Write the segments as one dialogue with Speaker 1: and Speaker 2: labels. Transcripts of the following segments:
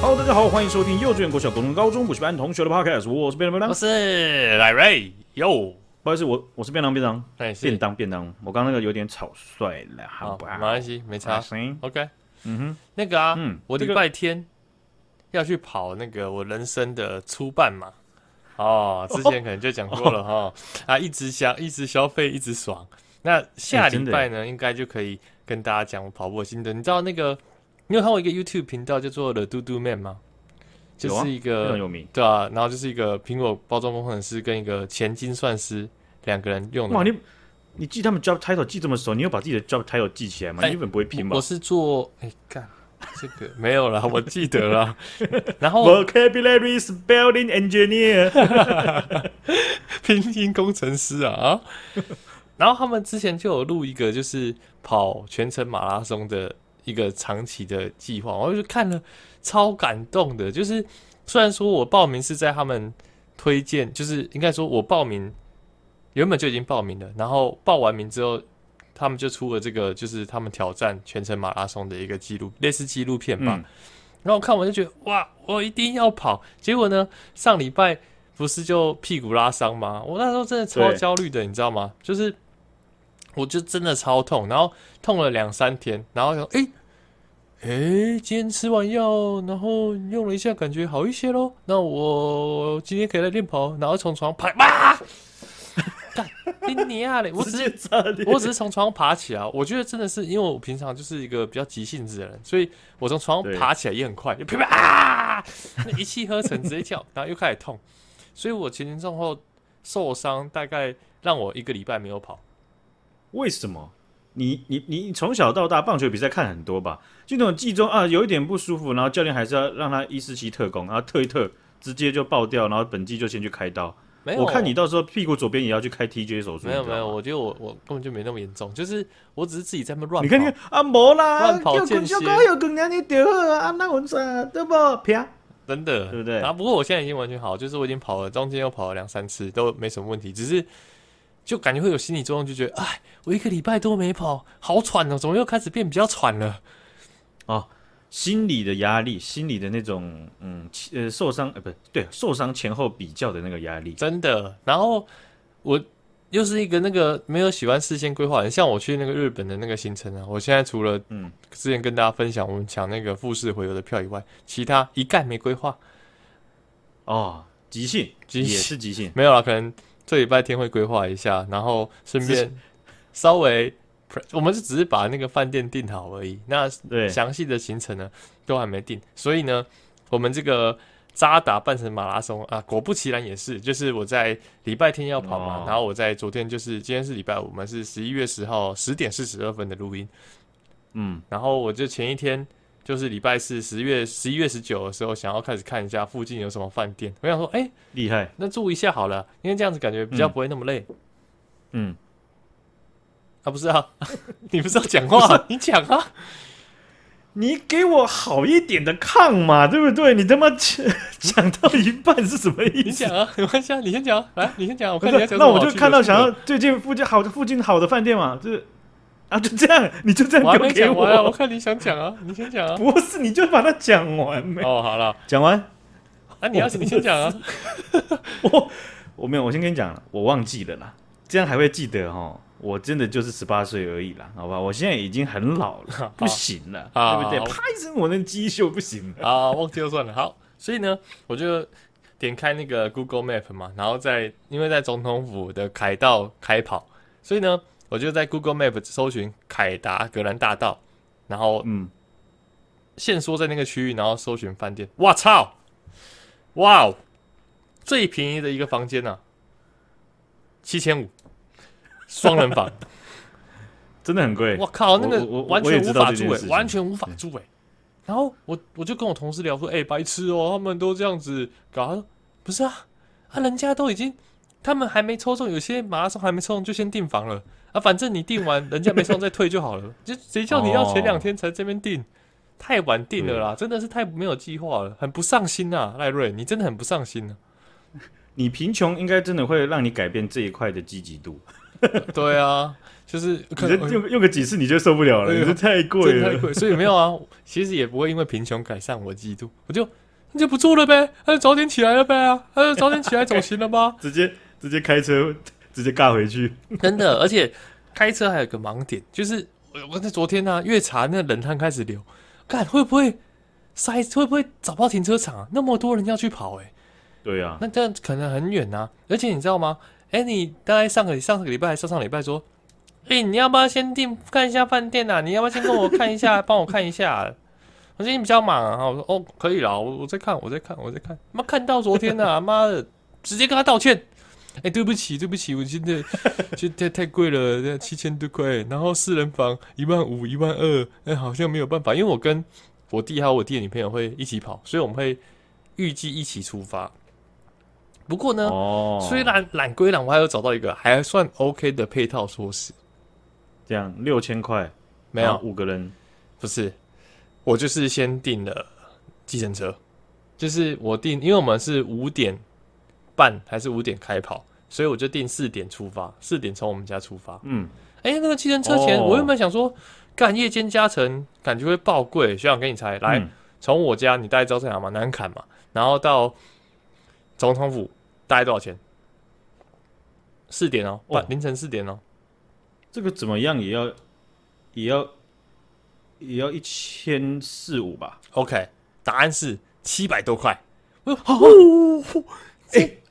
Speaker 1: Hello，大家好，欢迎收听幼稚园、国小、国中、高中补习班同学的 Podcast，我是便当便
Speaker 2: 我
Speaker 1: 当，
Speaker 2: 是赖瑞哟，
Speaker 1: 不好意思，我我是便当便当
Speaker 2: 那哎是哦
Speaker 1: 便当便当，我刚刚那个有点草率了，好
Speaker 2: 好，
Speaker 1: 不
Speaker 2: 没
Speaker 1: 好？
Speaker 2: 关系，没差。
Speaker 1: 行，
Speaker 2: OK，
Speaker 1: 嗯
Speaker 2: 那个啊，
Speaker 1: 嗯
Speaker 2: 我
Speaker 1: 这
Speaker 2: 礼
Speaker 1: 个
Speaker 2: 拜天要去跑那个我人生的初半马。 哦，之前可能就讲过了哈、啊，一直消一直消费，一直爽。那下
Speaker 1: 哎真
Speaker 2: 礼
Speaker 1: 的
Speaker 2: 拜呢，应该就可以跟大家讲我跑步的心得。你知道那个，你有看过一个 YouTube 频道叫做 The Do Do Man 吗？就
Speaker 1: 有啊
Speaker 2: 是一
Speaker 1: 哼，非
Speaker 2: 个
Speaker 1: 常有名。
Speaker 2: 对啊，然后就是一个苹果包装工程师跟一个前精算师两个人用的。
Speaker 1: 哇，你你记他们 job title 记这么熟，你有把自己的 job title 记起来吗？
Speaker 2: 哎
Speaker 1: 你根本不会拼吧
Speaker 2: 我我是做哎干、这个 没有啦，我记得 啦。然后
Speaker 1: ？Vocabulary spelling engineer，
Speaker 2: 拼音工程师啊啊， 然后他们之前就有录一个就是跑全程马拉松的一个长期的计划，我就看了超感动的。就是虽然说我报名是在他们推荐，就是应该说我报名原本就已经报名了，然后报完名之后。他们就出了这个，就是他们挑战全程马拉松的一个记录，类似纪录片吧。
Speaker 1: 嗯，
Speaker 2: 然后我看完就觉得哇，我一定要跑。结果呢，上礼拜不是就屁股拉伤吗？我那时候真的超
Speaker 1: 对
Speaker 2: 焦虑的，你知道吗？就是我就真的超痛，然后痛了两三天，然后想诶诶，今天吃完药，然后用了一下，感觉好一些咯。那我今天可以来练跑，然后从床爬，哇！ 干你娘嘞！我只是
Speaker 1: 差点
Speaker 2: 我只是从床上爬起来，啊我觉得真的是因为我平常就是一个比较急性子的人，所以我从床上
Speaker 1: 对
Speaker 2: 爬起来也很快，就啪啪啊，那一气呵成直接跳，然后又开始痛，所以我前前后后受伤，大概让我一个礼拜没有跑。
Speaker 1: 为什么？你你你你从小到大棒球比赛看很多吧？就那种季中啊，有一点不舒服，然后教练还是要让他一四七特工，然后特一特，直接就爆掉，然后本季就先去开刀。
Speaker 2: 没有，
Speaker 1: 我看你到时候屁股左边也要去开 TJ 手术，
Speaker 2: 没有
Speaker 1: 你知
Speaker 2: 没
Speaker 1: 道吗
Speaker 2: 有，我觉得我我根本就没那么严重，就是我只是自己在那边乱跑。
Speaker 1: 你看你看啊，没啦，
Speaker 2: 乱跑
Speaker 1: 叫滚
Speaker 2: 间歇
Speaker 1: 小哥有滚娘你屌啊，啊那文啥对不？啪，
Speaker 2: 真的，
Speaker 1: 对不对
Speaker 2: 啊，不过我现在已经完全好，就是我已经跑了，中间又跑了两三次，都没什么问题，只是就感觉会有心理作用，就觉得，哎，我一个礼拜多没跑，好喘哦，怎么又开始变比较喘了？
Speaker 1: 心理的压力，心理的那种嗯其呃受伤呃不对受伤前后比较的那个压力，
Speaker 2: 真的。然后我又是一个那个没有喜欢事先规划的人，像我去那个日本的那个行程啊，我现在除了
Speaker 1: 嗯
Speaker 2: 之前跟大家分享我们抢那个复试回游的票以外，其他一概没规划，
Speaker 1: 哦，急性
Speaker 2: 急性
Speaker 1: 也是急性，
Speaker 2: 没有啦，可能这礼拜天会规划一下，然后顺
Speaker 1: 是
Speaker 2: 便稍微，我们就只是把那个饭店订好而已。那
Speaker 1: 对，
Speaker 2: 详细的行程呢，都还没定，所以呢，我们这个扎打半程马拉松啊，果不其然也是，就是我在礼拜天要跑嘛，
Speaker 1: 哦
Speaker 2: 然后我在昨天就是今天是礼拜五，我们是十一月十号十点四十二分的录音，
Speaker 1: 嗯
Speaker 2: 然后我就前一天就是礼拜四十月十一月十九的时候，想要开始看一下附近有什么饭店，我想说，哎、
Speaker 1: 厉害，
Speaker 2: 那住一下好了，因为这样子感觉比较不会那么累。
Speaker 1: 嗯。
Speaker 2: 啊，不是啊， 你不是要讲话，你讲啊。
Speaker 1: 你给我好一点的抗嘛，对不对？你他妈讲到一半是什么意
Speaker 2: 你
Speaker 1: 思
Speaker 2: 讲？啊，没关系啊，你先讲啊，来，你先讲，我
Speaker 1: 不
Speaker 2: 看你要
Speaker 1: 是
Speaker 2: 讲什么
Speaker 1: 那我
Speaker 2: 好
Speaker 1: 就
Speaker 2: 去
Speaker 1: 看
Speaker 2: 的
Speaker 1: 到
Speaker 2: 去
Speaker 1: 想
Speaker 2: 的
Speaker 1: 要最近附近好的附近好的饭店嘛，就是啊，就这样，你就这样
Speaker 2: 我还
Speaker 1: 丢
Speaker 2: 没
Speaker 1: 给
Speaker 2: 讲完啊，我
Speaker 1: 我，
Speaker 2: 看你想讲啊，你先讲 啊。
Speaker 1: 不是你就把它讲完没？
Speaker 2: 哦，好了，
Speaker 1: 讲完，
Speaker 2: 啊，你要你先讲啊。
Speaker 1: 我我没有，我先跟你讲了，我忘记了啦，这样还会记得哦。我真的就是十八岁而已啦，好吧，我现在已经很老 了，不行了，
Speaker 2: 好
Speaker 1: 对不对？
Speaker 2: 好
Speaker 1: 啪一声，我那肌秀不行了。
Speaker 2: 啊，忘记就算了。好，所以呢，我就点开那个 Google Map 嘛，然后在因为在总统府的凯道开跑，所以呢，我就在 Google Map 搜寻凯达格兰大道，然后
Speaker 1: 嗯，
Speaker 2: 限缩在那个区域，然后搜寻饭店。哇操！哇哦，最便宜的一个房间呐、啊，七千五，双人房。
Speaker 1: 真的很贵。
Speaker 2: 我靠，那
Speaker 1: 我我
Speaker 2: 个
Speaker 1: 我
Speaker 2: 完
Speaker 1: 我也
Speaker 2: 全
Speaker 1: 知
Speaker 2: 无
Speaker 1: 道
Speaker 2: 法
Speaker 1: 这件
Speaker 2: 住
Speaker 1: 事
Speaker 2: 诶，
Speaker 1: 情
Speaker 2: 完全无法住诶。然后我我就跟我同事聊说，哎、白痴哦，他们都这样子搞，他说不是啊，啊，人家都已经，他们还没抽中，有些马拉松还没抽中就先订房了啊，反正你订完，人家没抽中再退就好了，就谁叫你要
Speaker 1: 哦
Speaker 2: 前两天才这边订，太晚订了啦，真的是太没有计划了，很不上心啊，赖瑞，你真的很不上心啊。
Speaker 1: 你贫穷应该真的会让你改变这一块的积极度。
Speaker 2: 对啊，就是可
Speaker 1: 你这
Speaker 2: 能
Speaker 1: 用用个几次你就受不了了，
Speaker 2: 哎
Speaker 1: 你
Speaker 2: 呦
Speaker 1: 这太贵
Speaker 2: 真的太
Speaker 1: 了。？
Speaker 2: 贵，所以没有啊。其实也不会因为贫穷改善我嫉妒，我就那就不做了呗，那就早点起来了呗啊，那就早点起来总行了吧
Speaker 1: 直接直接开车，直接尬回去。
Speaker 2: 真的，而且开车还有个盲点，就是我我在昨天呢、啊、越查那冷汗开始流，看会不会塞，会不会找不到停车场、啊？那么多人要去跑、欸，
Speaker 1: 对啊，
Speaker 2: 那这样可能很远呐、啊而且你知道吗？哎、你大概上个上个礼拜、上上礼拜说，哎、你要不要先订看一下饭店啊？你要不要先跟我看一下，帮我看一下、啊我最近比较忙啊。我说哦，可以啦，我我在看，我在看，我在看。妈看到昨天呐、啊， 妈的，直接跟他道歉。哎、对不起，对不起，我真的就太太贵了，七千多块。然后四人房一万五、一万二，哎，好像没有办法，因为我跟我弟还有我弟的女朋友会一起跑，所以我们会预计一起出发。不过呢，
Speaker 1: 哦，
Speaker 2: 虽然懒归懒，我还有找到一个还算 OK 的配套措施。
Speaker 1: 这样六千块，
Speaker 2: 没有，
Speaker 1: 然后五个人，
Speaker 2: 不是，我就是先订了计程车，就是我订，因为我们是五点半还是五点开跑，所以我就订四点出发，四点从我们家出发。
Speaker 1: 嗯，
Speaker 2: 哎、那个计程车钱，
Speaker 1: 哦
Speaker 2: 我原本想说，干夜间加成感觉会爆贵，学长给你猜，来，
Speaker 1: 嗯
Speaker 2: 从我家你大概知道在哪嘛，南坎嘛，然后到总统府大概多少钱？四点哦，
Speaker 1: 哦
Speaker 2: 半凌晨四点哦，
Speaker 1: 这个怎么样也要也要也要一千四五吧？
Speaker 2: OK，答案是七百多 块。我说哦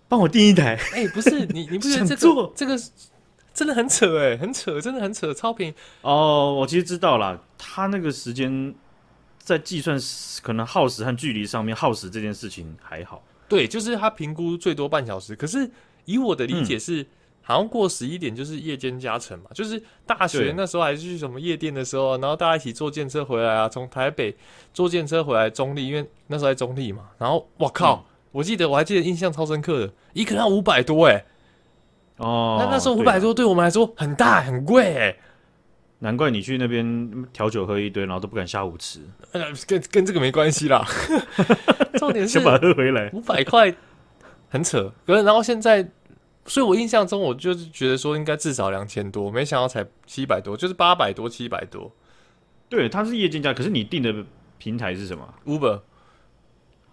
Speaker 1: 帮我订一台，
Speaker 2: 哎、不是你，你不觉得这
Speaker 1: 想做
Speaker 2: 个这个真的很扯哎、很扯，真的很扯，超便宜。
Speaker 1: 哦，我其实知道啦，他那个时间在计算时可能耗时和距离上面，耗时这件事情还好。
Speaker 2: 对，就是他评估最多半小时，可是以我的理解
Speaker 1: 嗯
Speaker 2: 是，好像过十一点就是夜间加成嘛，就是
Speaker 1: 对
Speaker 2: 大学那时候还是去什么夜店的时候，啊然后大家一起坐电车回来啊，从台北坐电车回来中立，因为那时候在中立嘛，然后我靠，
Speaker 1: 嗯
Speaker 2: 我记得我还记得印象超深刻的，一个人要五百多哎、
Speaker 1: 哦，
Speaker 2: 那那时候五
Speaker 1: 对
Speaker 2: 百
Speaker 1: 啦，
Speaker 2: 多对我们来说很大很贵哎、
Speaker 1: 难怪你去那边调酒喝一堆，然后都不敢下午吃，
Speaker 2: 呃，跟跟这个没关系啦。 重点是
Speaker 1: 先把它喝回来。
Speaker 2: 五百块很扯，可是然后现在，所以我印象中我就是觉得说应该至少两千多，没想到才七百多，就是八百多、七百多。
Speaker 1: 对，它是夜间价，可是你订的平台是什么
Speaker 2: Uber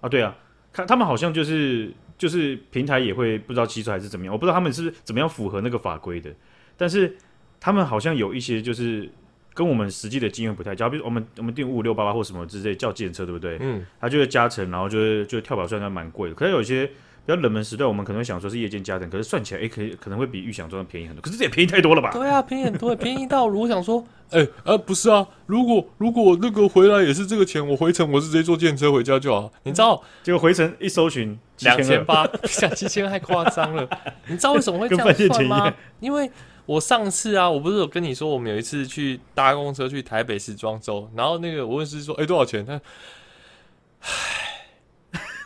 Speaker 1: 啊？对啊，看他们好像就是就是平台也会不知道骑出还是怎么样，我不知道他们是不是怎么样符合那个法规的，但是他们好像有一些就是跟我们实际的经验不太一样，比如我们我们订五五六八八或什么之类叫计程车，对不对？
Speaker 2: 嗯，
Speaker 1: 它就会加成，然后就是就跳表算算蛮贵的。可是有一些比较冷门时段，我们可能会想说是夜间加成，可是算起来，哎、可以可能会比预想中的便宜很多。可是这也便宜太多了吧？
Speaker 2: 对啊，便宜很多，便宜到如果想说，哎、呃，不是啊，如果如果那个回来也是这个钱，我回程我是直接坐电车回家就好。你知道
Speaker 1: 结果回程一搜寻，
Speaker 2: 两千
Speaker 1: 7200，
Speaker 2: 八，像七千太夸张了。你知道为什么会这
Speaker 1: 跟饭
Speaker 2: 样
Speaker 1: 店钱
Speaker 2: 算
Speaker 1: 一样
Speaker 2: 吗？因为我上次啊，我不是有跟你说，我们有一次去搭公车去台北市庄周，然后那个我问司机说，哎、多少钱？他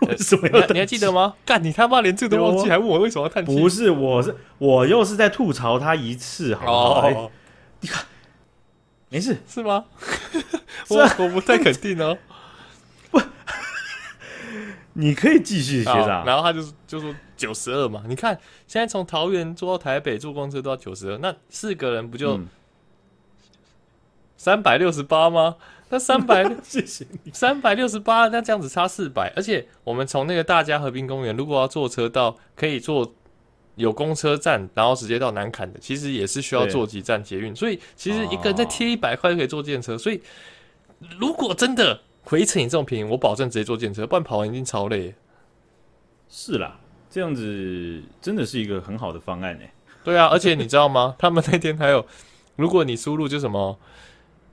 Speaker 1: 为什么
Speaker 2: 你
Speaker 1: 要
Speaker 2: 还你还记得吗？干你他妈连这个都忘
Speaker 1: 有
Speaker 2: 记，
Speaker 1: 啊
Speaker 2: 还问我为什么要叹气？
Speaker 1: 不是，我是我又是在吐槽他一次，好不好？哎
Speaker 2: 哦，
Speaker 1: 没事，
Speaker 2: 是吗？
Speaker 1: 是
Speaker 2: 我
Speaker 1: 啊
Speaker 2: 我不太肯 定哦。
Speaker 1: 你可以继续，学啊
Speaker 2: 好
Speaker 1: 长。
Speaker 2: 然后他就就说九十二嘛，你看现在从桃园坐到台北坐公车都要九十二，那四个人不就
Speaker 1: 嗯
Speaker 2: 三百六十八吗？那三百
Speaker 1: 谢谢你。
Speaker 2: 三百六十八，那这样子差四百，而且我们从那个大家河滨公园，如果要坐车到，可以坐有公车站，然后直接到南坎的，其实也是需要
Speaker 1: 对
Speaker 2: 坐几站捷运，所以其实一个人再贴一百块就可以坐电车，所以如果真的回程你这种便宜，我保证直接坐电车，不然跑完一定超累。
Speaker 1: 是啦，这样子真的是一个很好的方案呢、
Speaker 2: 对啊，而且你知道吗？他们那天还有，如果你输入就什么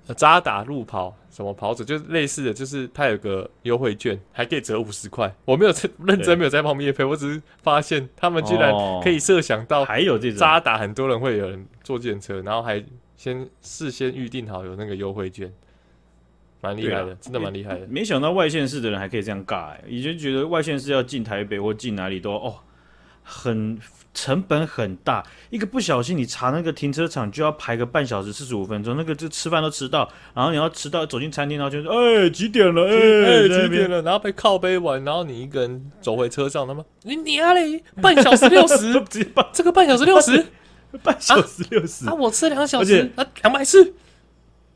Speaker 2: 呃渣打路跑什么跑者，就是类似的，就是它有个优惠券，还可以折五十块。我没有在认
Speaker 1: 对
Speaker 2: 真没有在旁边夜配，我只是发现他们居然
Speaker 1: 哦
Speaker 2: 可以设想到
Speaker 1: 还有这种
Speaker 2: 渣打很多人会有人坐电车，然后还先事先预定好有那个优惠券，蛮厉害
Speaker 1: 对
Speaker 2: 的，
Speaker 1: 啊
Speaker 2: 真的蛮厉害的。
Speaker 1: 没想到外县市的人还可以这样尬、欸，以前觉得外县市要进台北或进哪里都哦，很成本很大，一个不小心你查那个停车场就要排个半小时四十五分钟，那个就吃饭都迟到，然后你要迟到走进餐厅，然后就说哎、几点了，哎、
Speaker 2: 哎，
Speaker 1: 在
Speaker 2: 几
Speaker 1: 那边
Speaker 2: 点了？然后被靠背完，然后你一个人走回车上，他们你你啊嘞，半小时六十，
Speaker 1: 直接把
Speaker 2: 这个半小时六十，
Speaker 1: 半小时六十、
Speaker 2: 啊，我吃两小
Speaker 1: 而
Speaker 2: 时
Speaker 1: 且，
Speaker 2: 啊，两百次，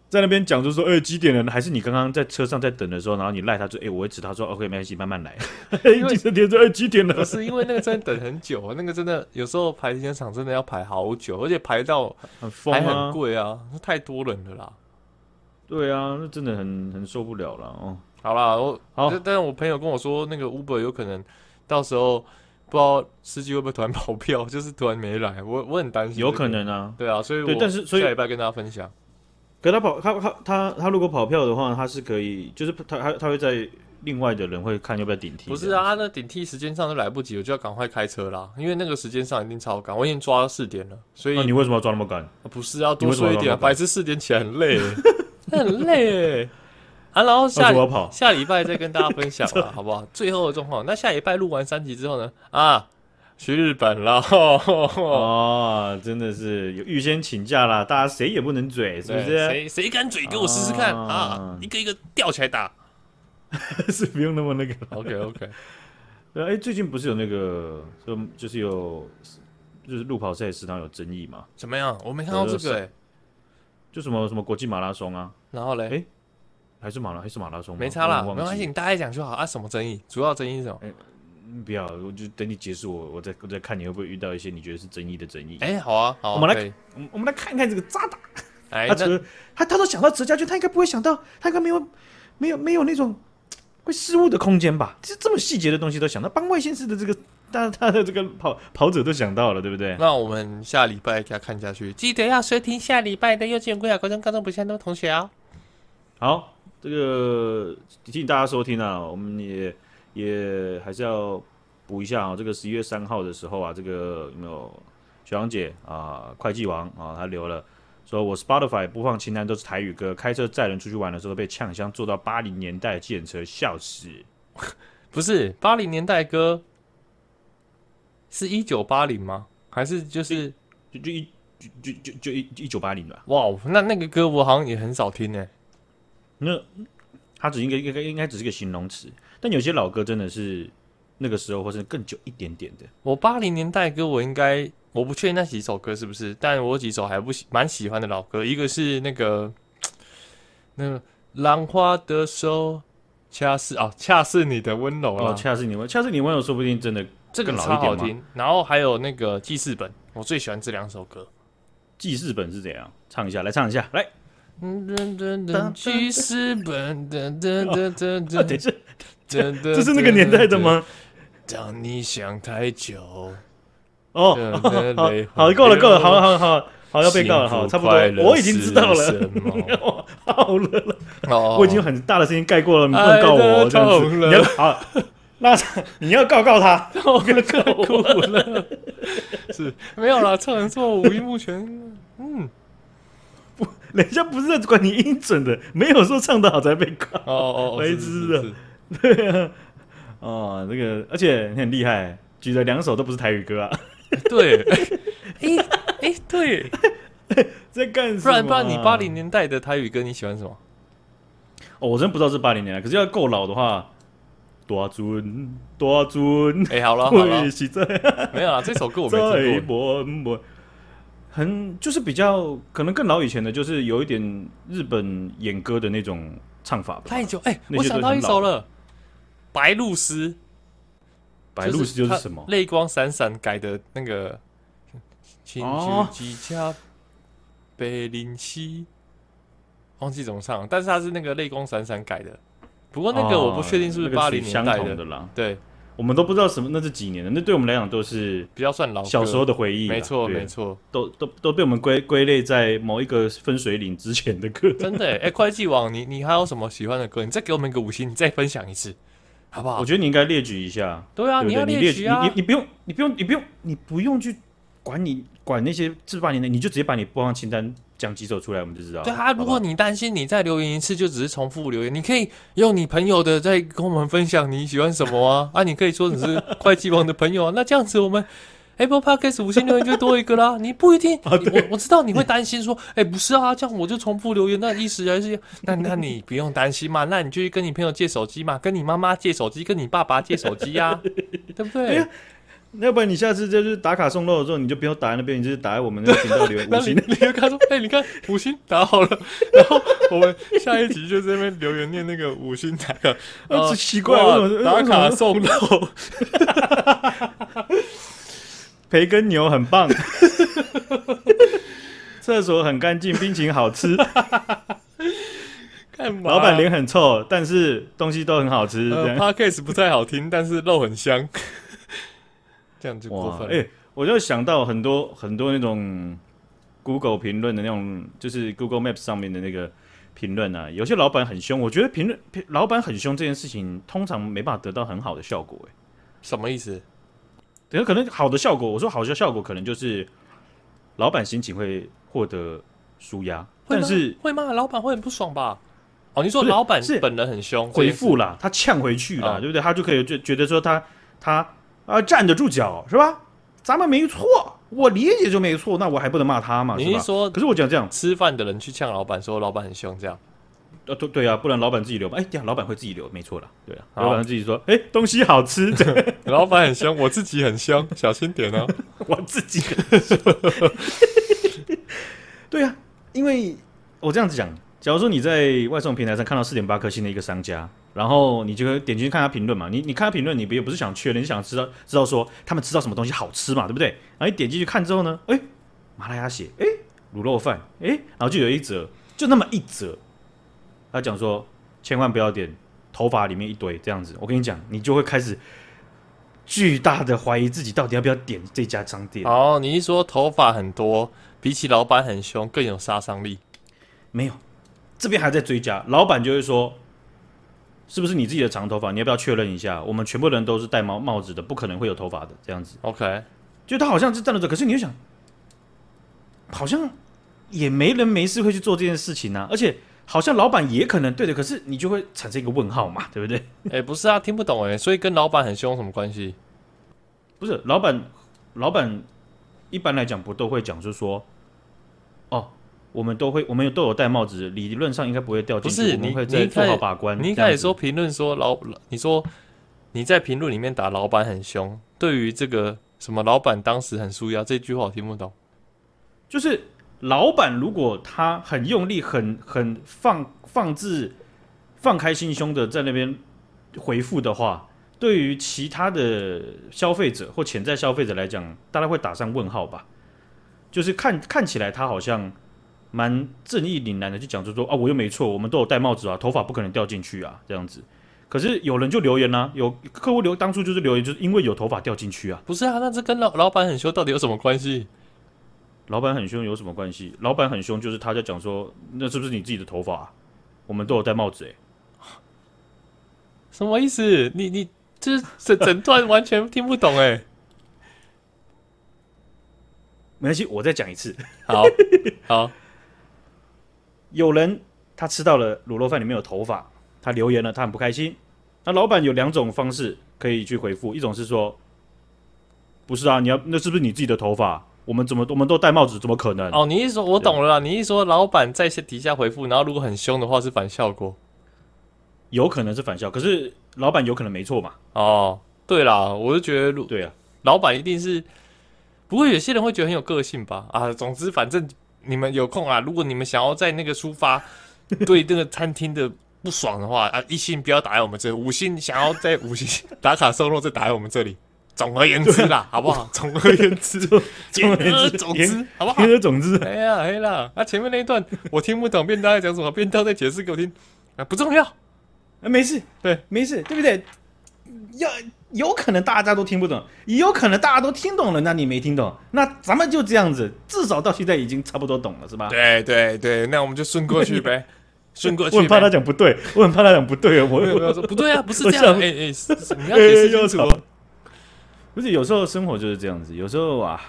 Speaker 1: 在那边讲就说，哎、几点了？还是你刚刚在车上在等的时候，然后你赖他说，哎、我会迟到。他说，OK，没关系，慢慢来。
Speaker 2: 为
Speaker 1: 医生天说，哎、几点了
Speaker 2: 不？是因为那个真的等很久啊，那 个真的有时候排停车场真的要排好久，而且排到
Speaker 1: 很疯
Speaker 2: 还很
Speaker 1: 啊，
Speaker 2: 贵啊，那太多人了啦。
Speaker 1: 对啊，那真的很很受不了了哦。
Speaker 2: 好啦，我
Speaker 1: 好
Speaker 2: 但但我朋友跟我说，那个 Uber 有可能到时候不知道司机会不会突然跑票， 就是突然没来，我我很担心、
Speaker 1: 有可。能啊，
Speaker 2: 对啊，所以我
Speaker 1: 对但是所以
Speaker 2: 下礼拜跟大家分享。
Speaker 1: 可他跑他他他他如果跑票的话，他是可以，就是他他他会在另外的人会看要不要顶替。
Speaker 2: 不是啊，，那顶替时间上都来不及，我就要赶快开车啦，因为那个时间上一定超赶，我已经抓到四点了，所以、
Speaker 1: 那你为什么要抓那么赶？
Speaker 2: 不是要
Speaker 1: 你
Speaker 2: 多
Speaker 1: 为什么
Speaker 2: 说一点、
Speaker 1: 要
Speaker 2: 啊，
Speaker 1: 那么赶
Speaker 2: 白痴四点起来 很累，很累啊。然后
Speaker 1: 为
Speaker 2: 下
Speaker 1: 什么要跑？
Speaker 2: 下礼拜再跟大家分享 了，好不好？最后的状况，那下礼拜录完三集之后呢？啊，去日本了，哦
Speaker 1: 哦，真的是有预先请假啦，大家谁也不能嘴，是不
Speaker 2: 对
Speaker 1: 是？
Speaker 2: 谁谁敢嘴给我试试看啊
Speaker 1: 啊！
Speaker 2: 一个一个吊起来打。
Speaker 1: 是不用那么那个。
Speaker 2: OK OK，
Speaker 1: 对，哎、最近不是有那个，就就是有，就是路跑赛食堂有争议嘛？
Speaker 2: 怎么样？我没看
Speaker 1: 呃
Speaker 2: 到这个欸
Speaker 1: 就什么什么国际马拉松啊，
Speaker 2: 然后嘞
Speaker 1: 哎，还是马拉还是马拉松吗？
Speaker 2: 没差啦，
Speaker 1: 我
Speaker 2: 没
Speaker 1: 有点忘
Speaker 2: 关
Speaker 1: 记
Speaker 2: 系，你大概讲就好啊。什么争议？主要争议是什么？
Speaker 1: 嗯不要，我就等你结束我，我再我再看你会不会遇到一些你觉得是争议的争议。
Speaker 2: 哎，好啊，好啊，
Speaker 1: 我们来
Speaker 2: 可以
Speaker 1: 我们我们来看看这啊个渣打，
Speaker 2: 哎，
Speaker 1: 他
Speaker 2: 那
Speaker 1: 除了他他都想到折家军，他应该不会想到，他应该没有没有没有那种会失误的空间吧？这这么细节的东西都想到，帮外线式的这个他他的这个跑跑者都想到了，对不对？
Speaker 2: 那我们下礼拜给他看下去，记得要收听下礼拜的幼稚园、国小、高中、高中不下的同学啊。
Speaker 1: 好，这个提醒大家收听啊，我们也也还是要补一下啊，这个十一月三号的时候啊，这个有没有小杨姐啊，会计王啊，她留了。说我 Spotify 播放清单都是台语歌，开车载人出去玩的时候被呛香，坐到八零年代的计程车笑死。
Speaker 2: 不是八零年代歌，是一九八零吗？还是就是
Speaker 1: 就就一就就就就一一九八零吧。
Speaker 2: 哇？那那个歌我好像也很少听呢、
Speaker 1: 那它只应该应该应该只是个形容词，但有些老歌真的是那个时候或是更久一点点的。
Speaker 2: 我八零年代歌我应该我不确定那几首歌是不是，但我有几首还不喜蛮喜欢的老歌，一个是那个那个浪花的手。恰似哦，恰似你的温柔啦，
Speaker 1: 哦，恰似你们，恰似你们，说不定真的
Speaker 2: 这个
Speaker 1: 更老
Speaker 2: 超
Speaker 1: 一点
Speaker 2: 好
Speaker 1: 吗
Speaker 2: 听。然后还有那个记事本，我最喜欢这两首歌。
Speaker 1: 记事本是怎样？唱一下，来唱一下，来。
Speaker 2: 嗯噔噔噔，记事本噔噔噔噔
Speaker 1: 啊，
Speaker 2: 噔
Speaker 1: 等一
Speaker 2: 噔，
Speaker 1: 下，
Speaker 2: 噔
Speaker 1: 这是那个年代的？吗？
Speaker 2: 当你想太久，
Speaker 1: 哦，好，好，够了，够了，好好好好，要被告了，好，差不多，我已经知道了。好了了，
Speaker 2: 哦，
Speaker 1: 我已经有很大的声音盖过了，你不能告我，这样子。你要好，那你要告告他，
Speaker 2: 我看哭了，是没有啦，唱人做五音不全，嗯，
Speaker 1: 人家不是在管你音准的，没有说唱的好才被告。
Speaker 2: 哦哦，
Speaker 1: 白痴啊， 对啊，哦，这个，而且你很厉害，举的两首都不是台语歌啊，
Speaker 2: 对，哎哎对，
Speaker 1: 在干什么啊？
Speaker 2: 不然不然你八零年代的台语歌你喜欢什么？
Speaker 1: 哦，我真不知道是八零年代，可是要够老的话，大船大船，
Speaker 2: 哎，好了好了
Speaker 1: 我，是在
Speaker 2: 没有啦，这首歌我没
Speaker 1: 在
Speaker 2: 听过，
Speaker 1: 奔波。很就是比较可能更老以前的，就是有一点日本演歌的那种唱法吧。
Speaker 2: 太久哎，我想到一首了，《白露丝》。
Speaker 1: 白露丝就是什么
Speaker 2: 它？泪光闪闪改的那个，请
Speaker 1: 哦
Speaker 2: 求几家北林西，忘记怎么唱了，但是它是那个泪光闪闪改的。不过那个我不确定是不是
Speaker 1: 哦那
Speaker 2: 八
Speaker 1: 个
Speaker 2: 零
Speaker 1: 曲
Speaker 2: 年
Speaker 1: 相
Speaker 2: 代
Speaker 1: 同
Speaker 2: 的，
Speaker 1: 的啦。
Speaker 2: 对，
Speaker 1: 我们都不知道什么，那是几年的，那对我们来讲都是
Speaker 2: 比较算老歌
Speaker 1: 小时候，的回忆啦。
Speaker 2: 没错
Speaker 1: 对
Speaker 2: 没，错，
Speaker 1: 都都都被我们归归类在某一个分水岭之前的歌。
Speaker 2: 真的耶。哎，会计网，你你还有什么喜欢的歌？你再给我们一个五星，你再分享一次，好不 好
Speaker 1: 我？觉得你应该列举一下，
Speaker 2: 对啊，
Speaker 1: 对不
Speaker 2: 要
Speaker 1: 对？你
Speaker 2: 列
Speaker 1: 举，
Speaker 2: 举
Speaker 1: 你
Speaker 2: 啊
Speaker 1: 你，你不用，你不用，你不用，你不用去管你管那些自八年的，你就直接把你播放清单讲几首出来，我们就知道了。
Speaker 2: 对啊，如
Speaker 1: 好不好
Speaker 2: 果你担心你再留言一次就只是重复留言，你可以用你朋友的再跟我们分享你喜欢什 么啊啊，你可以说你是会计王的朋友啊，那这样子我们。Apple Podcast 五星留言就多一 个啦，你不一定，
Speaker 1: 啊
Speaker 2: 你我我知道你会担心说， 哎、不是啊，这样我就重复留言，那意思还是，那那你不用担心嘛，那你就去 跟你朋友借手机嘛，跟你妈妈借手机，跟你爸爸借手机呀、啊，对不对？
Speaker 1: 要不然你下次就是打卡送肉的时候，你就不用打在那边，你就是打在我们那个频道里 面
Speaker 2: 然
Speaker 1: 五
Speaker 2: 后你
Speaker 1: 星。
Speaker 2: 你就跟他说：“哎、你看五星打好了。”然后我们下一集就在那边留言念那个五星打卡，
Speaker 1: 啊
Speaker 2: 呃
Speaker 1: 这奇怪
Speaker 2: 哇
Speaker 1: 为什么
Speaker 2: 打卡
Speaker 1: 为什么
Speaker 2: 送肉？
Speaker 1: 培根牛很棒， 厕所很干净，冰淇淋好 吃，
Speaker 2: 干嘛？啊
Speaker 1: 老板脸很臭，但是东西都很好吃。这
Speaker 2: 呃
Speaker 1: 样
Speaker 2: podcast 不太好听，但是肉很香，这样就过
Speaker 1: 哇，
Speaker 2: 分
Speaker 1: 哎、
Speaker 2: 了。
Speaker 1: 我就想到很多很多那种 Google 评论的那种，就是 Google Maps 上面的那个评论啊，有些老板很凶，我觉得评论评老板很凶这件事情，通常没办法得到很好的效果、哎，
Speaker 2: 什么意思？
Speaker 1: 等可能好的效果，我说好的效果可能就是老板心情会获得舒压，
Speaker 2: 会
Speaker 1: 但
Speaker 2: 吗
Speaker 1: 是
Speaker 2: 会吗？老板会很不爽吧？哦，你说
Speaker 1: 不是
Speaker 2: 老板
Speaker 1: 是
Speaker 2: 本人很凶，
Speaker 1: 回
Speaker 2: 这件
Speaker 1: 复啦，他呛回去啦，
Speaker 2: 哦
Speaker 1: 对不对？他就可以就觉得说他他啊站得住脚是吧？咱们没错，我理解就没错，那我还不能骂他嘛？
Speaker 2: 事，
Speaker 1: 是
Speaker 2: 你
Speaker 1: 吧
Speaker 2: 是说
Speaker 1: 可是我讲这样，
Speaker 2: 吃饭的人去呛老板，说老板很凶这样？
Speaker 1: 呃，对对啊，不然老板自己留吧。哎，对啊，老板会自己留，没错啦，对啊，
Speaker 2: 好
Speaker 1: 老板自己说，哎，东西好吃，这 样
Speaker 2: 老板很凶，我自己很凶，小心点 哦。
Speaker 1: 我自己说对啊，因为我这样子讲，假如说你在外送平台上看到四点八颗星的一个商家，然后你就会点进去看他评论嘛，你你看他评论，你不也不是想确认，你想知道知道说他们吃到什么东西好吃嘛，对不对？然后你点进去看之后呢，哎，麻辣鸭血，哎，卤肉饭，哎，然后就有一则，就那么一则，他讲说千万不要点头发里面一堆这样子，我跟你讲，你就会开始巨大的怀疑自己到底要不要点这家商店。
Speaker 2: 哦，你一说头发很多，比起老板很凶更有杀伤力。
Speaker 1: 没有，这边还在追加，老板就会说，是不是你自己的长头发？你要不要确认一下？我们全部人都是戴帽帽子的，不可能会有头发的这样子。
Speaker 2: OK，
Speaker 1: 就他好像是站得着，可是你又想，好像也没人没事会去做这件事情啊，而且好像老板也可能对的，可是你就会产生一个问号嘛，对不对？
Speaker 2: 哎、不是啊，听不懂哎，所以跟老板很凶有什么关系？
Speaker 1: 不是，老板，老板一般来讲不都会讲，就是说，哦，我们都会，我们都有戴帽子，理论上应该不会掉进去，
Speaker 2: 不是
Speaker 1: 我们
Speaker 2: 你
Speaker 1: 会
Speaker 2: 你
Speaker 1: 再
Speaker 2: 一
Speaker 1: 做
Speaker 2: 开
Speaker 1: 好把关。
Speaker 2: 你一
Speaker 1: 嗯这样
Speaker 2: 开始
Speaker 1: 子
Speaker 2: 说评论说老，你说你在评论里面打老板很凶，对于这个什么老板当时很舒压这句话我听不懂。
Speaker 1: 就是老板如果他很用力、很很放放置、放开心胸的在那边回复的话，对于其他的消费者或潜在消费者来讲，大家会打上问号吧？就是看看起来他好像蛮正义凛然的，就讲出说啊，我又没错，我们都有戴帽子啊，头发不可能掉进去啊，这样子。可是有人就留言啦、啊有客户留当初就是留言，就是因为有头发掉进去啊。
Speaker 2: 不是啊，那这跟老老板很凶到底有什么关系？
Speaker 1: 老板很凶有什么关系？老板很凶就是他在讲说，那是不是你自己的头发啊、我们都有戴帽子诶、欸
Speaker 2: 什么意思？你你这整整段完全听不懂哎。
Speaker 1: 没关系，我再讲一次。
Speaker 2: 好好，
Speaker 1: 有人他吃到了卤肉饭里面有头发，他留言了，他很不开心。那老板有两种方式可以去回复，一种是说，不是啊，你要那是不是你自己的头发？我们怎么我们都戴帽子，怎么可能？
Speaker 2: 哦，你一说我懂了啦，你一说老板在底下回复，然后如果很凶的话是反效果。
Speaker 1: 有可能是反效，可是老板有可能没错嘛？
Speaker 2: 哦，对啦，我就觉得如
Speaker 1: 对啊，
Speaker 2: 老板一定是，不过有些人会觉得很有个性吧？啊，总之反正你们有空啊，如果你们想要在那个抒发对那个餐厅的不爽的话啊，一星不要打在我们这，五星想要在五星打卡收肉再打在我们这里。总而言之
Speaker 1: 啊
Speaker 2: 啦，好 不好？总而言之，
Speaker 1: 总而言之
Speaker 2: 总
Speaker 1: 言
Speaker 2: 之，好不好
Speaker 1: 因？为总之
Speaker 2: 哎呀，哎啦，啊，前面那一段我听不懂，便当在讲什么，便当在解释给我听，啊，不重要。
Speaker 1: 啊，没事，
Speaker 2: 对，
Speaker 1: 没事，对不对？要有可能大家都听不懂，也有可能大家都听懂了，那你没听懂，那咱们就这样子，至少到现在已经差不多懂了，是吧？
Speaker 2: 对对对，那我们就顺过 去呗，顺过去
Speaker 1: 我
Speaker 2: 呗。
Speaker 1: 很怕他讲不对，我很怕他讲不对，哦我
Speaker 2: 没有没有
Speaker 1: 我
Speaker 2: 说不对啊，不 是
Speaker 1: 我
Speaker 2: 这样，
Speaker 1: 想
Speaker 2: 哎哎、是是你要解释
Speaker 1: 哎
Speaker 2: 清
Speaker 1: 要
Speaker 2: 楚
Speaker 1: 吵
Speaker 2: 哦。
Speaker 1: 不是有时候生活就是这样子，有时候啊，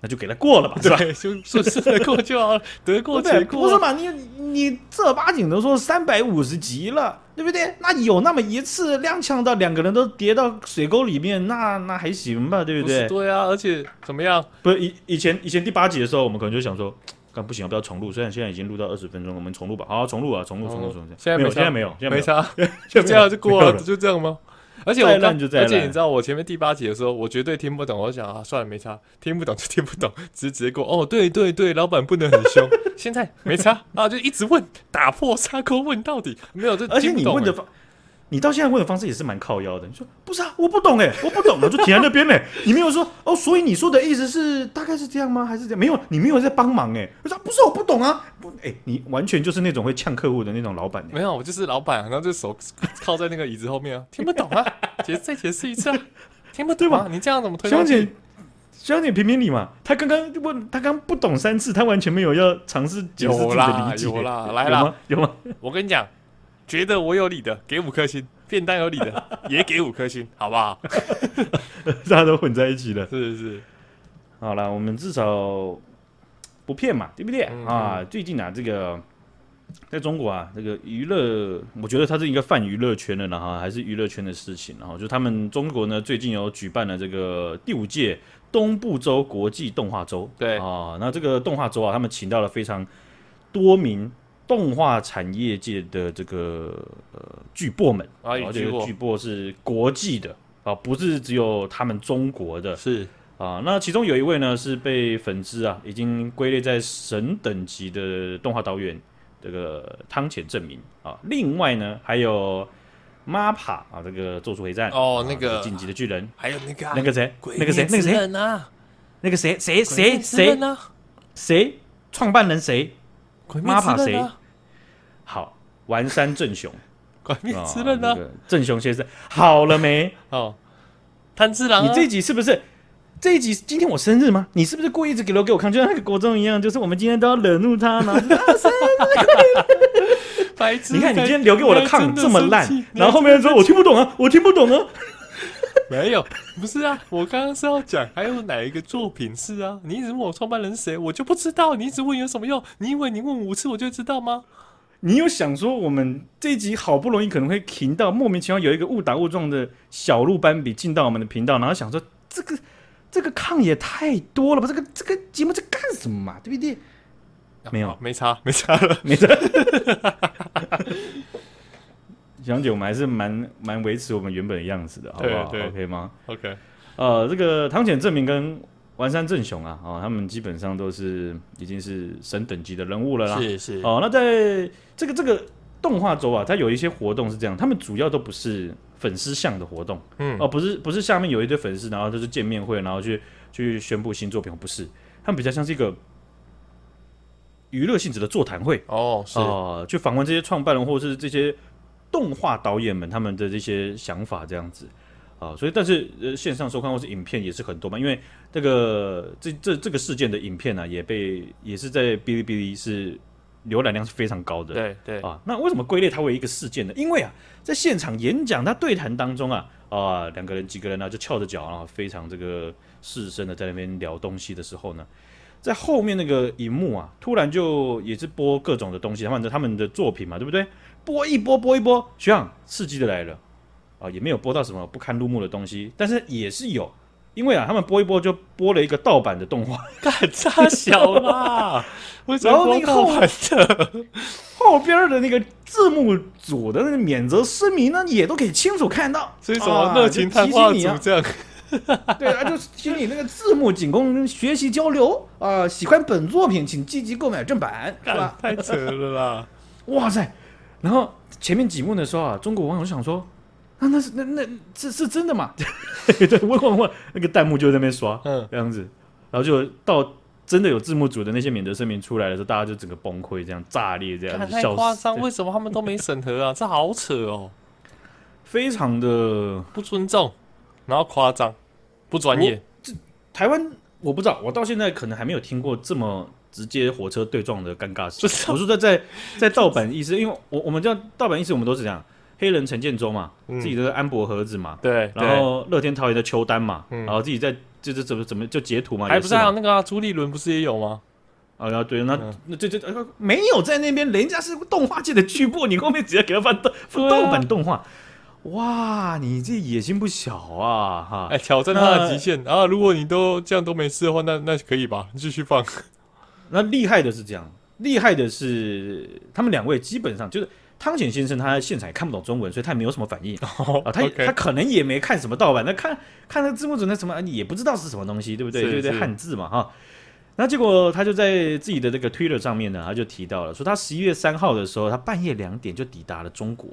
Speaker 1: 那就给他过了吧，是吧？
Speaker 2: 对，就顺顺得过就好了，得过
Speaker 1: 对
Speaker 2: 且
Speaker 1: 不对不是
Speaker 2: 过。
Speaker 1: 嘛？你你正儿八经的说三百五十集了，对不对？那有那么一次踉跄到两个人都跌到水沟里面，那那还行吧，对
Speaker 2: 不
Speaker 1: 对
Speaker 2: 是？对啊，而且怎么样？
Speaker 1: 不是以以前以前第八集的时候，我们可能就想说，干不行，不要重录。虽然现在已经录到二十分钟了，我们重录吧。好，重录啊，重录，重录，重录。
Speaker 2: 现在
Speaker 1: 没有，
Speaker 2: 差
Speaker 1: 现在没有，现在没
Speaker 2: 没
Speaker 1: 有，
Speaker 2: 差，
Speaker 1: 现在
Speaker 2: 就
Speaker 1: 没
Speaker 2: 这样就过
Speaker 1: 没有
Speaker 2: 了，就这样吗？而且我
Speaker 1: 再烂
Speaker 2: 刚
Speaker 1: 就再
Speaker 2: 而且
Speaker 1: 烂
Speaker 2: 你知道我前面第八集的时候，我绝对听不懂，我想啊，算了，没差，听不懂就听不懂，直接过。哦，对对对，老板不能很凶，现在没差啊，就一直问，打破砂锅问到底，没有这
Speaker 1: 而且
Speaker 2: 听不
Speaker 1: 你
Speaker 2: 懂
Speaker 1: 问的
Speaker 2: 欸
Speaker 1: 方，你到现在问的方式也是蛮靠腰的。你说不是啊，我不懂哎、我不懂，我就停在那边嘞、你没有说哦，所以你说的意思是大概是这样吗？还是这样？没有，你没有在帮忙哎、我说不是，我不懂啊。不，哎、你完全就是那种会呛客户的那种老板、欸。
Speaker 2: 没有，我就是老板，然后就手靠在那个椅子后面啊，听不懂啊，解再解释一次啊，听不懂
Speaker 1: 对
Speaker 2: 啊
Speaker 1: 吧，
Speaker 2: 你这样怎么推
Speaker 1: 小
Speaker 2: 上去？
Speaker 1: 姐，小姐评评理嘛。他刚刚问，他刚不懂三次，他完全没有要尝试解释自己
Speaker 2: 有
Speaker 1: 的
Speaker 2: 啦
Speaker 1: 理解。欸
Speaker 2: 有啦，来
Speaker 1: 有
Speaker 2: 啦
Speaker 1: 吗，？有吗？
Speaker 2: 我跟你讲，觉得我有理的给五颗星，便当有理 的也给五颗星，好不好？
Speaker 1: 大家都混在一起了。
Speaker 2: 是是
Speaker 1: 好啦，我们至少不骗嘛，对不对、
Speaker 2: 嗯
Speaker 1: 啊？最近啊，这个在中国啊，这个娱乐，我觉得它是一个泛娱乐圈的了哈，还是娱乐圈的事情。然后就他们中国呢，最近有举办了这个第五届东部州国际动画周，
Speaker 2: 对
Speaker 1: 啊，那这个动画周啊，他们请到了非常多名动画产业界的这个呃巨擘们，
Speaker 2: 啊
Speaker 1: 然后这
Speaker 2: 巨擘
Speaker 1: 个巨擘是国际的啊，不是只有他们中国的。
Speaker 2: 是，
Speaker 1: 啊，那其中有一位呢是被粉丝啊已经归类在神等级的动画导演，这个汤浅证明啊。另外呢还有 MAPA 啊，这个《咒术回战》
Speaker 2: 哦
Speaker 1: 啊
Speaker 2: 那个
Speaker 1: 这进击的巨人，
Speaker 2: 还有那个啊、
Speaker 1: 那个谁，
Speaker 2: 鬼
Speaker 1: 那个谁，那
Speaker 2: 灭
Speaker 1: 个
Speaker 2: 之
Speaker 1: 谁，
Speaker 2: 刃啊，
Speaker 1: 那个谁，谁
Speaker 2: 鬼灭
Speaker 1: 谁
Speaker 2: 之刃
Speaker 1: 谁
Speaker 2: 啊，
Speaker 1: 谁创办人谁？
Speaker 2: 鬼灭之刃
Speaker 1: MAPPA
Speaker 2: 啊，
Speaker 1: 好，丸山正雄，
Speaker 2: 鬼灭
Speaker 1: 啊
Speaker 2: 之刃
Speaker 1: 那
Speaker 2: 啊，
Speaker 1: 个正雄先生，好了没？
Speaker 2: 哦，炭治郎、啊，
Speaker 1: 你这一集是不是？这一集今天我生日吗？你是不是故意一直给留给我看，就像那个国中一样，就是我们今天都要惹怒他呢？
Speaker 2: 白痴，
Speaker 1: 你看你
Speaker 2: 白
Speaker 1: 今天留给我的
Speaker 2: 你还
Speaker 1: 抗
Speaker 2: 真的
Speaker 1: 这么烂
Speaker 2: 生气，
Speaker 1: 然后后面人说我听不懂 啊，我听不懂啊。
Speaker 2: 没有，不是啊，我刚刚是要讲还有哪一个作品是啊？你一直问我创办人谁，我就不知道，你一直问有什么用？你以为你问五次我就知道吗？
Speaker 1: 你有想说我们这一集好不容易可能会停到莫名其妙有一个误打误撞的小鹿斑比进到我们的频道，然后想说这个这个抗也太多了吧，这个这个节目在干什么啊嘛，对不对？没有
Speaker 2: 啊没差，没差了。
Speaker 1: 没事。小 杨姐，我们还是蛮蛮维持我们原本的样子的，好不好
Speaker 2: 对对
Speaker 1: ？OK 吗？
Speaker 2: OK，
Speaker 1: 呃，这个汤浅证明跟丸山正雄啊，哦，他们基本上都是已经是神等级的人物了啦。
Speaker 2: 是是，
Speaker 1: 哦，那在这个这个动画周啊，它有一些活动是这样，他们主要都不是粉丝向的活动，
Speaker 2: 嗯
Speaker 1: 哦，不是不是下面有一堆粉丝，然后就是见面会，然后去去宣布新作品，不是，他们比较像是一个娱乐性质的座谈会，
Speaker 2: 哦是，
Speaker 1: 哦，去访问这些创办人或是这些动画导演们他们的这些想法这样子啊、所以但是呃线上收看或是影片也是很多嘛，因为这个这这这个事件的影片呢、也被也是在哔哩哔哩是浏览量是非常高的，
Speaker 2: 对对，
Speaker 1: 啊，那为什么归类它为一个事件呢？因为啊，在现场演讲、他对谈当中啊，啊，两个人、几个人呢、就翘着脚啊，非常这个失声的在那边聊东西的时候呢，在后面那个荧幕啊，突然就也是播各种的东西，他们的他们的作品嘛，对不对？播一播，播一播，学长刺激的来了啊，也没有播到什么不堪入目的东西，但是也是有。因为啊，他们播一播就播了一个盗版的动画，
Speaker 2: 干差小啦，为什
Speaker 1: 然
Speaker 2: 么
Speaker 1: 后那个
Speaker 2: 光盗版的？
Speaker 1: 后边的那个字幕组的那个免责声明呢，也都可以清楚看到。
Speaker 2: 所以什么热情
Speaker 1: 啊
Speaker 2: 探
Speaker 1: 就
Speaker 2: 话
Speaker 1: 提醒你
Speaker 2: 组
Speaker 1: 啊
Speaker 2: 这样？
Speaker 1: 对啊，就是请你那个字幕仅供学习交流啊、喜欢本作品，请积极购买正版，是
Speaker 2: 干
Speaker 1: 吧？
Speaker 2: 太扯 了啦！
Speaker 1: 哇塞！然后前面几幕的时候啊，中国网友就想说，那那是那那这是真的吗？ 对，问问问，那个弹幕就在那边刷，
Speaker 2: 嗯
Speaker 1: 这样子，然后就到真的有字幕组的那些免责声明出来的时候，大家就整个崩溃，这样炸裂，这样
Speaker 2: 干
Speaker 1: 子
Speaker 2: 太
Speaker 1: 笑
Speaker 2: 夸
Speaker 1: 死
Speaker 2: 张，，为什么他们都没审核啊？这好扯哦，
Speaker 1: 非常的
Speaker 2: 不尊重，然后夸张，不专业。
Speaker 1: 哦台湾我不知道，我到现在可能还没有听过这么直接火车对撞的尴尬事
Speaker 2: 不是啊
Speaker 1: 情。我说在在在盗版意思，因为我我们知道盗版意思，我们都是这样，黑人陈建州嘛，
Speaker 2: 嗯
Speaker 1: 自己的安博盒子嘛，
Speaker 2: 对，
Speaker 1: 然后乐天桃园的秋丹嘛，
Speaker 2: 嗯
Speaker 1: 然后自己在就是怎么怎么就截图嘛，
Speaker 2: 还
Speaker 1: 也
Speaker 2: 不是
Speaker 1: 嘛
Speaker 2: 还有那个、啊、朱立伦不是也有吗？
Speaker 1: 啊，然后对，那、
Speaker 2: 嗯
Speaker 1: 那这这呃没有在那边，人家是动画界的巨擘，你后面直接给他翻盗
Speaker 2: 对啊
Speaker 1: 盗版动画，哇，你这野心不小啊哈！
Speaker 2: 哎，挑战他的
Speaker 1: 那
Speaker 2: 极限啊！如果你都这样都没事的话，那那可以吧？你继 续放。
Speaker 1: 那厉害的是这样，厉害的是他们两位基本上就是汤浅先生他在现场也看不懂中文，所以他也没有什么反应啊、
Speaker 2: 哦
Speaker 1: 他也
Speaker 2: OK
Speaker 1: 他可能也没看什么盗版，那看看那字幕组那什么啊也不知道是什么东西，对不对？
Speaker 2: 是
Speaker 1: 对不对？
Speaker 2: 是
Speaker 1: 汉字嘛哈。那结果他就在自己的这个 Twitter 上面呢，他就提到了说，他十一月三号的时候，他半夜两点就抵达了中国。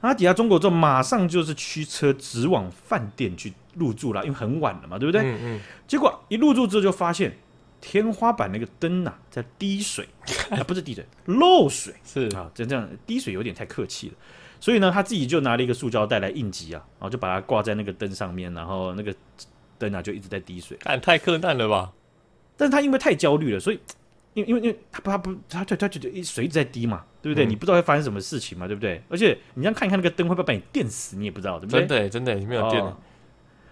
Speaker 1: 然后他抵达中国之后，马上就是驱车直往饭店去入住了，因为很晚了嘛，对不对？
Speaker 2: 嗯嗯，
Speaker 1: 结果一入住之后就发现天花板那个灯啊在滴水，啊不是滴水，漏水
Speaker 2: 是
Speaker 1: 啊，这这样滴水有点太客气了。所以呢，他自己就拿了一个塑胶袋来应急啊，然后就把它挂在那个灯上面，然后那个灯啊就一直在滴水。
Speaker 2: 干太困难了吧？
Speaker 1: 但是他因为太焦虑了，所以因为因为因为他不他不他他他觉得水一直在滴嘛，对不对？
Speaker 2: 嗯
Speaker 1: 你不知道会发生什么事情嘛，对不对？而且你这样看一看那个灯会不会把你电死，你也不知道，对不对
Speaker 2: 真？的耶真的耶，你没有电了
Speaker 1: 哦，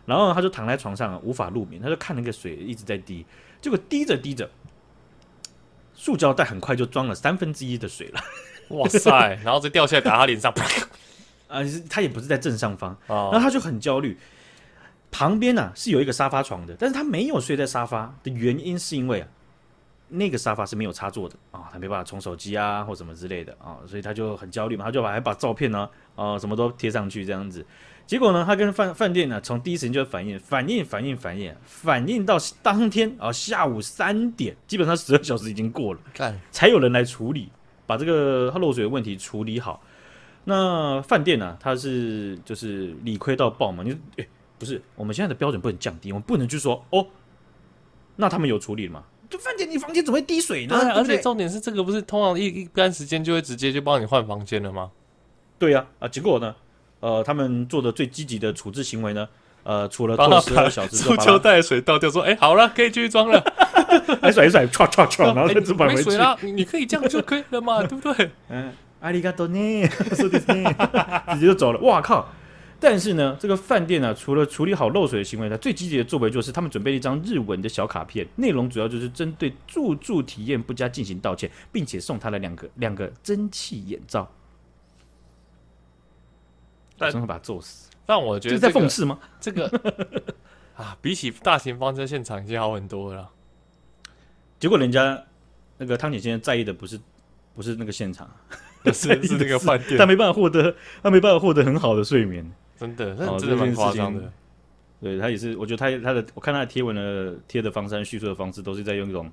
Speaker 1: 然后他就躺在床上无法入眠，他就看那个水一直在滴，结果滴着滴着，塑胶袋很快就装了三分之一的水了。
Speaker 2: 哇塞！然后再掉下来打他脸上，啪！
Speaker 1: 啊，是他也不是在正上方，然后
Speaker 2: 哦，
Speaker 1: 他就很焦虑。旁边呢、是有一个沙发床的，但是他没有睡在沙发的原因是因为啊，那个沙发是没有插座的啊、他没办法充手机啊或什么之类的啊、所以他就很焦虑嘛，他就把还把照片呢啊、什么都贴上去这样子。结果呢，他跟饭饭店呢、从第一时间就反映，反映，反映，反映，反映到当天啊、下午三点，基本上十二小时已经过了。
Speaker 2: 干
Speaker 1: 才有人来处理，把这个它漏水的问题处理好。那饭店呢、啊它是就是理亏到爆嘛？你诶不是我们现在的标准不能降低，我们不能去说哦，那他们有处理了吗？就饭店，你房间怎么会滴水呢？
Speaker 2: 对
Speaker 1: 对
Speaker 2: 啊而
Speaker 1: 不对
Speaker 2: 且重点是这个不是通常一一般时间就会直接就帮你换房间了吗？
Speaker 1: 对呀、啊，结果呢，呃，他们做的最积极的处置行为呢，呃，除了
Speaker 2: 帮
Speaker 1: 拖
Speaker 2: 他
Speaker 1: 十二
Speaker 2: 把
Speaker 1: 小时之
Speaker 2: 塑
Speaker 1: 后
Speaker 2: 胶
Speaker 1: 把
Speaker 2: 袋的水倒掉，说：“哎，好了，可以继续装了。
Speaker 1: 它来甩一 甩，唰唰唰，”然后
Speaker 2: 哎
Speaker 1: 再只摆
Speaker 2: 没
Speaker 1: 回去
Speaker 2: 水。了，你你可以这样就可以了 嘛，对不对？
Speaker 1: 嗯，阿里嘎多 呢，说的是呢，直接就走了。哇靠！但是呢，这个饭店呢、啊除了处理好漏水的行为呢，最积极的作为就是他们准备了一张日文的小卡片，内容主要就是针对住住体验不佳进行道歉，并且送他了两个两个蒸汽眼罩。
Speaker 2: 但
Speaker 1: 我真的把他揍死，
Speaker 2: 但我
Speaker 1: 这
Speaker 2: 觉
Speaker 1: 是
Speaker 2: 得
Speaker 1: 在
Speaker 2: 这
Speaker 1: 讽
Speaker 2: 个
Speaker 1: 刺吗？
Speaker 2: 这个 啊，比起大型放车现场已经好很 多了啦。
Speaker 1: 结果人家那个汤浅先生在意的不是不是那个现场，
Speaker 2: 是是那个饭
Speaker 1: 他
Speaker 2: 店，
Speaker 1: 没办法获得他没办法获得很好的睡眠。
Speaker 2: 真的，
Speaker 1: 哦
Speaker 2: 那真的蛮夸张
Speaker 1: 这件事
Speaker 2: 的。
Speaker 1: 对他也是，我觉得他他的我看他的贴文的贴的方式、叙述的方式，都是在用一种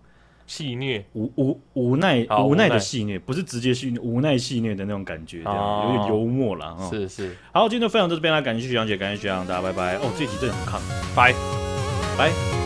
Speaker 2: 戏虐
Speaker 1: 无无无奈
Speaker 2: 啊
Speaker 1: 无
Speaker 2: 无
Speaker 1: 奈
Speaker 2: 奈
Speaker 1: 的戏谑，不是直接戏谑，无奈戏谑的那种感觉，这样、
Speaker 2: 哦
Speaker 1: 有点幽默了啊。
Speaker 2: 是是，
Speaker 1: 哦好，今天的分享到这边啦，感谢徐阳姐，感谢徐阳，大家拜拜。哦，这集真的很抗。
Speaker 2: 拜
Speaker 1: 拜。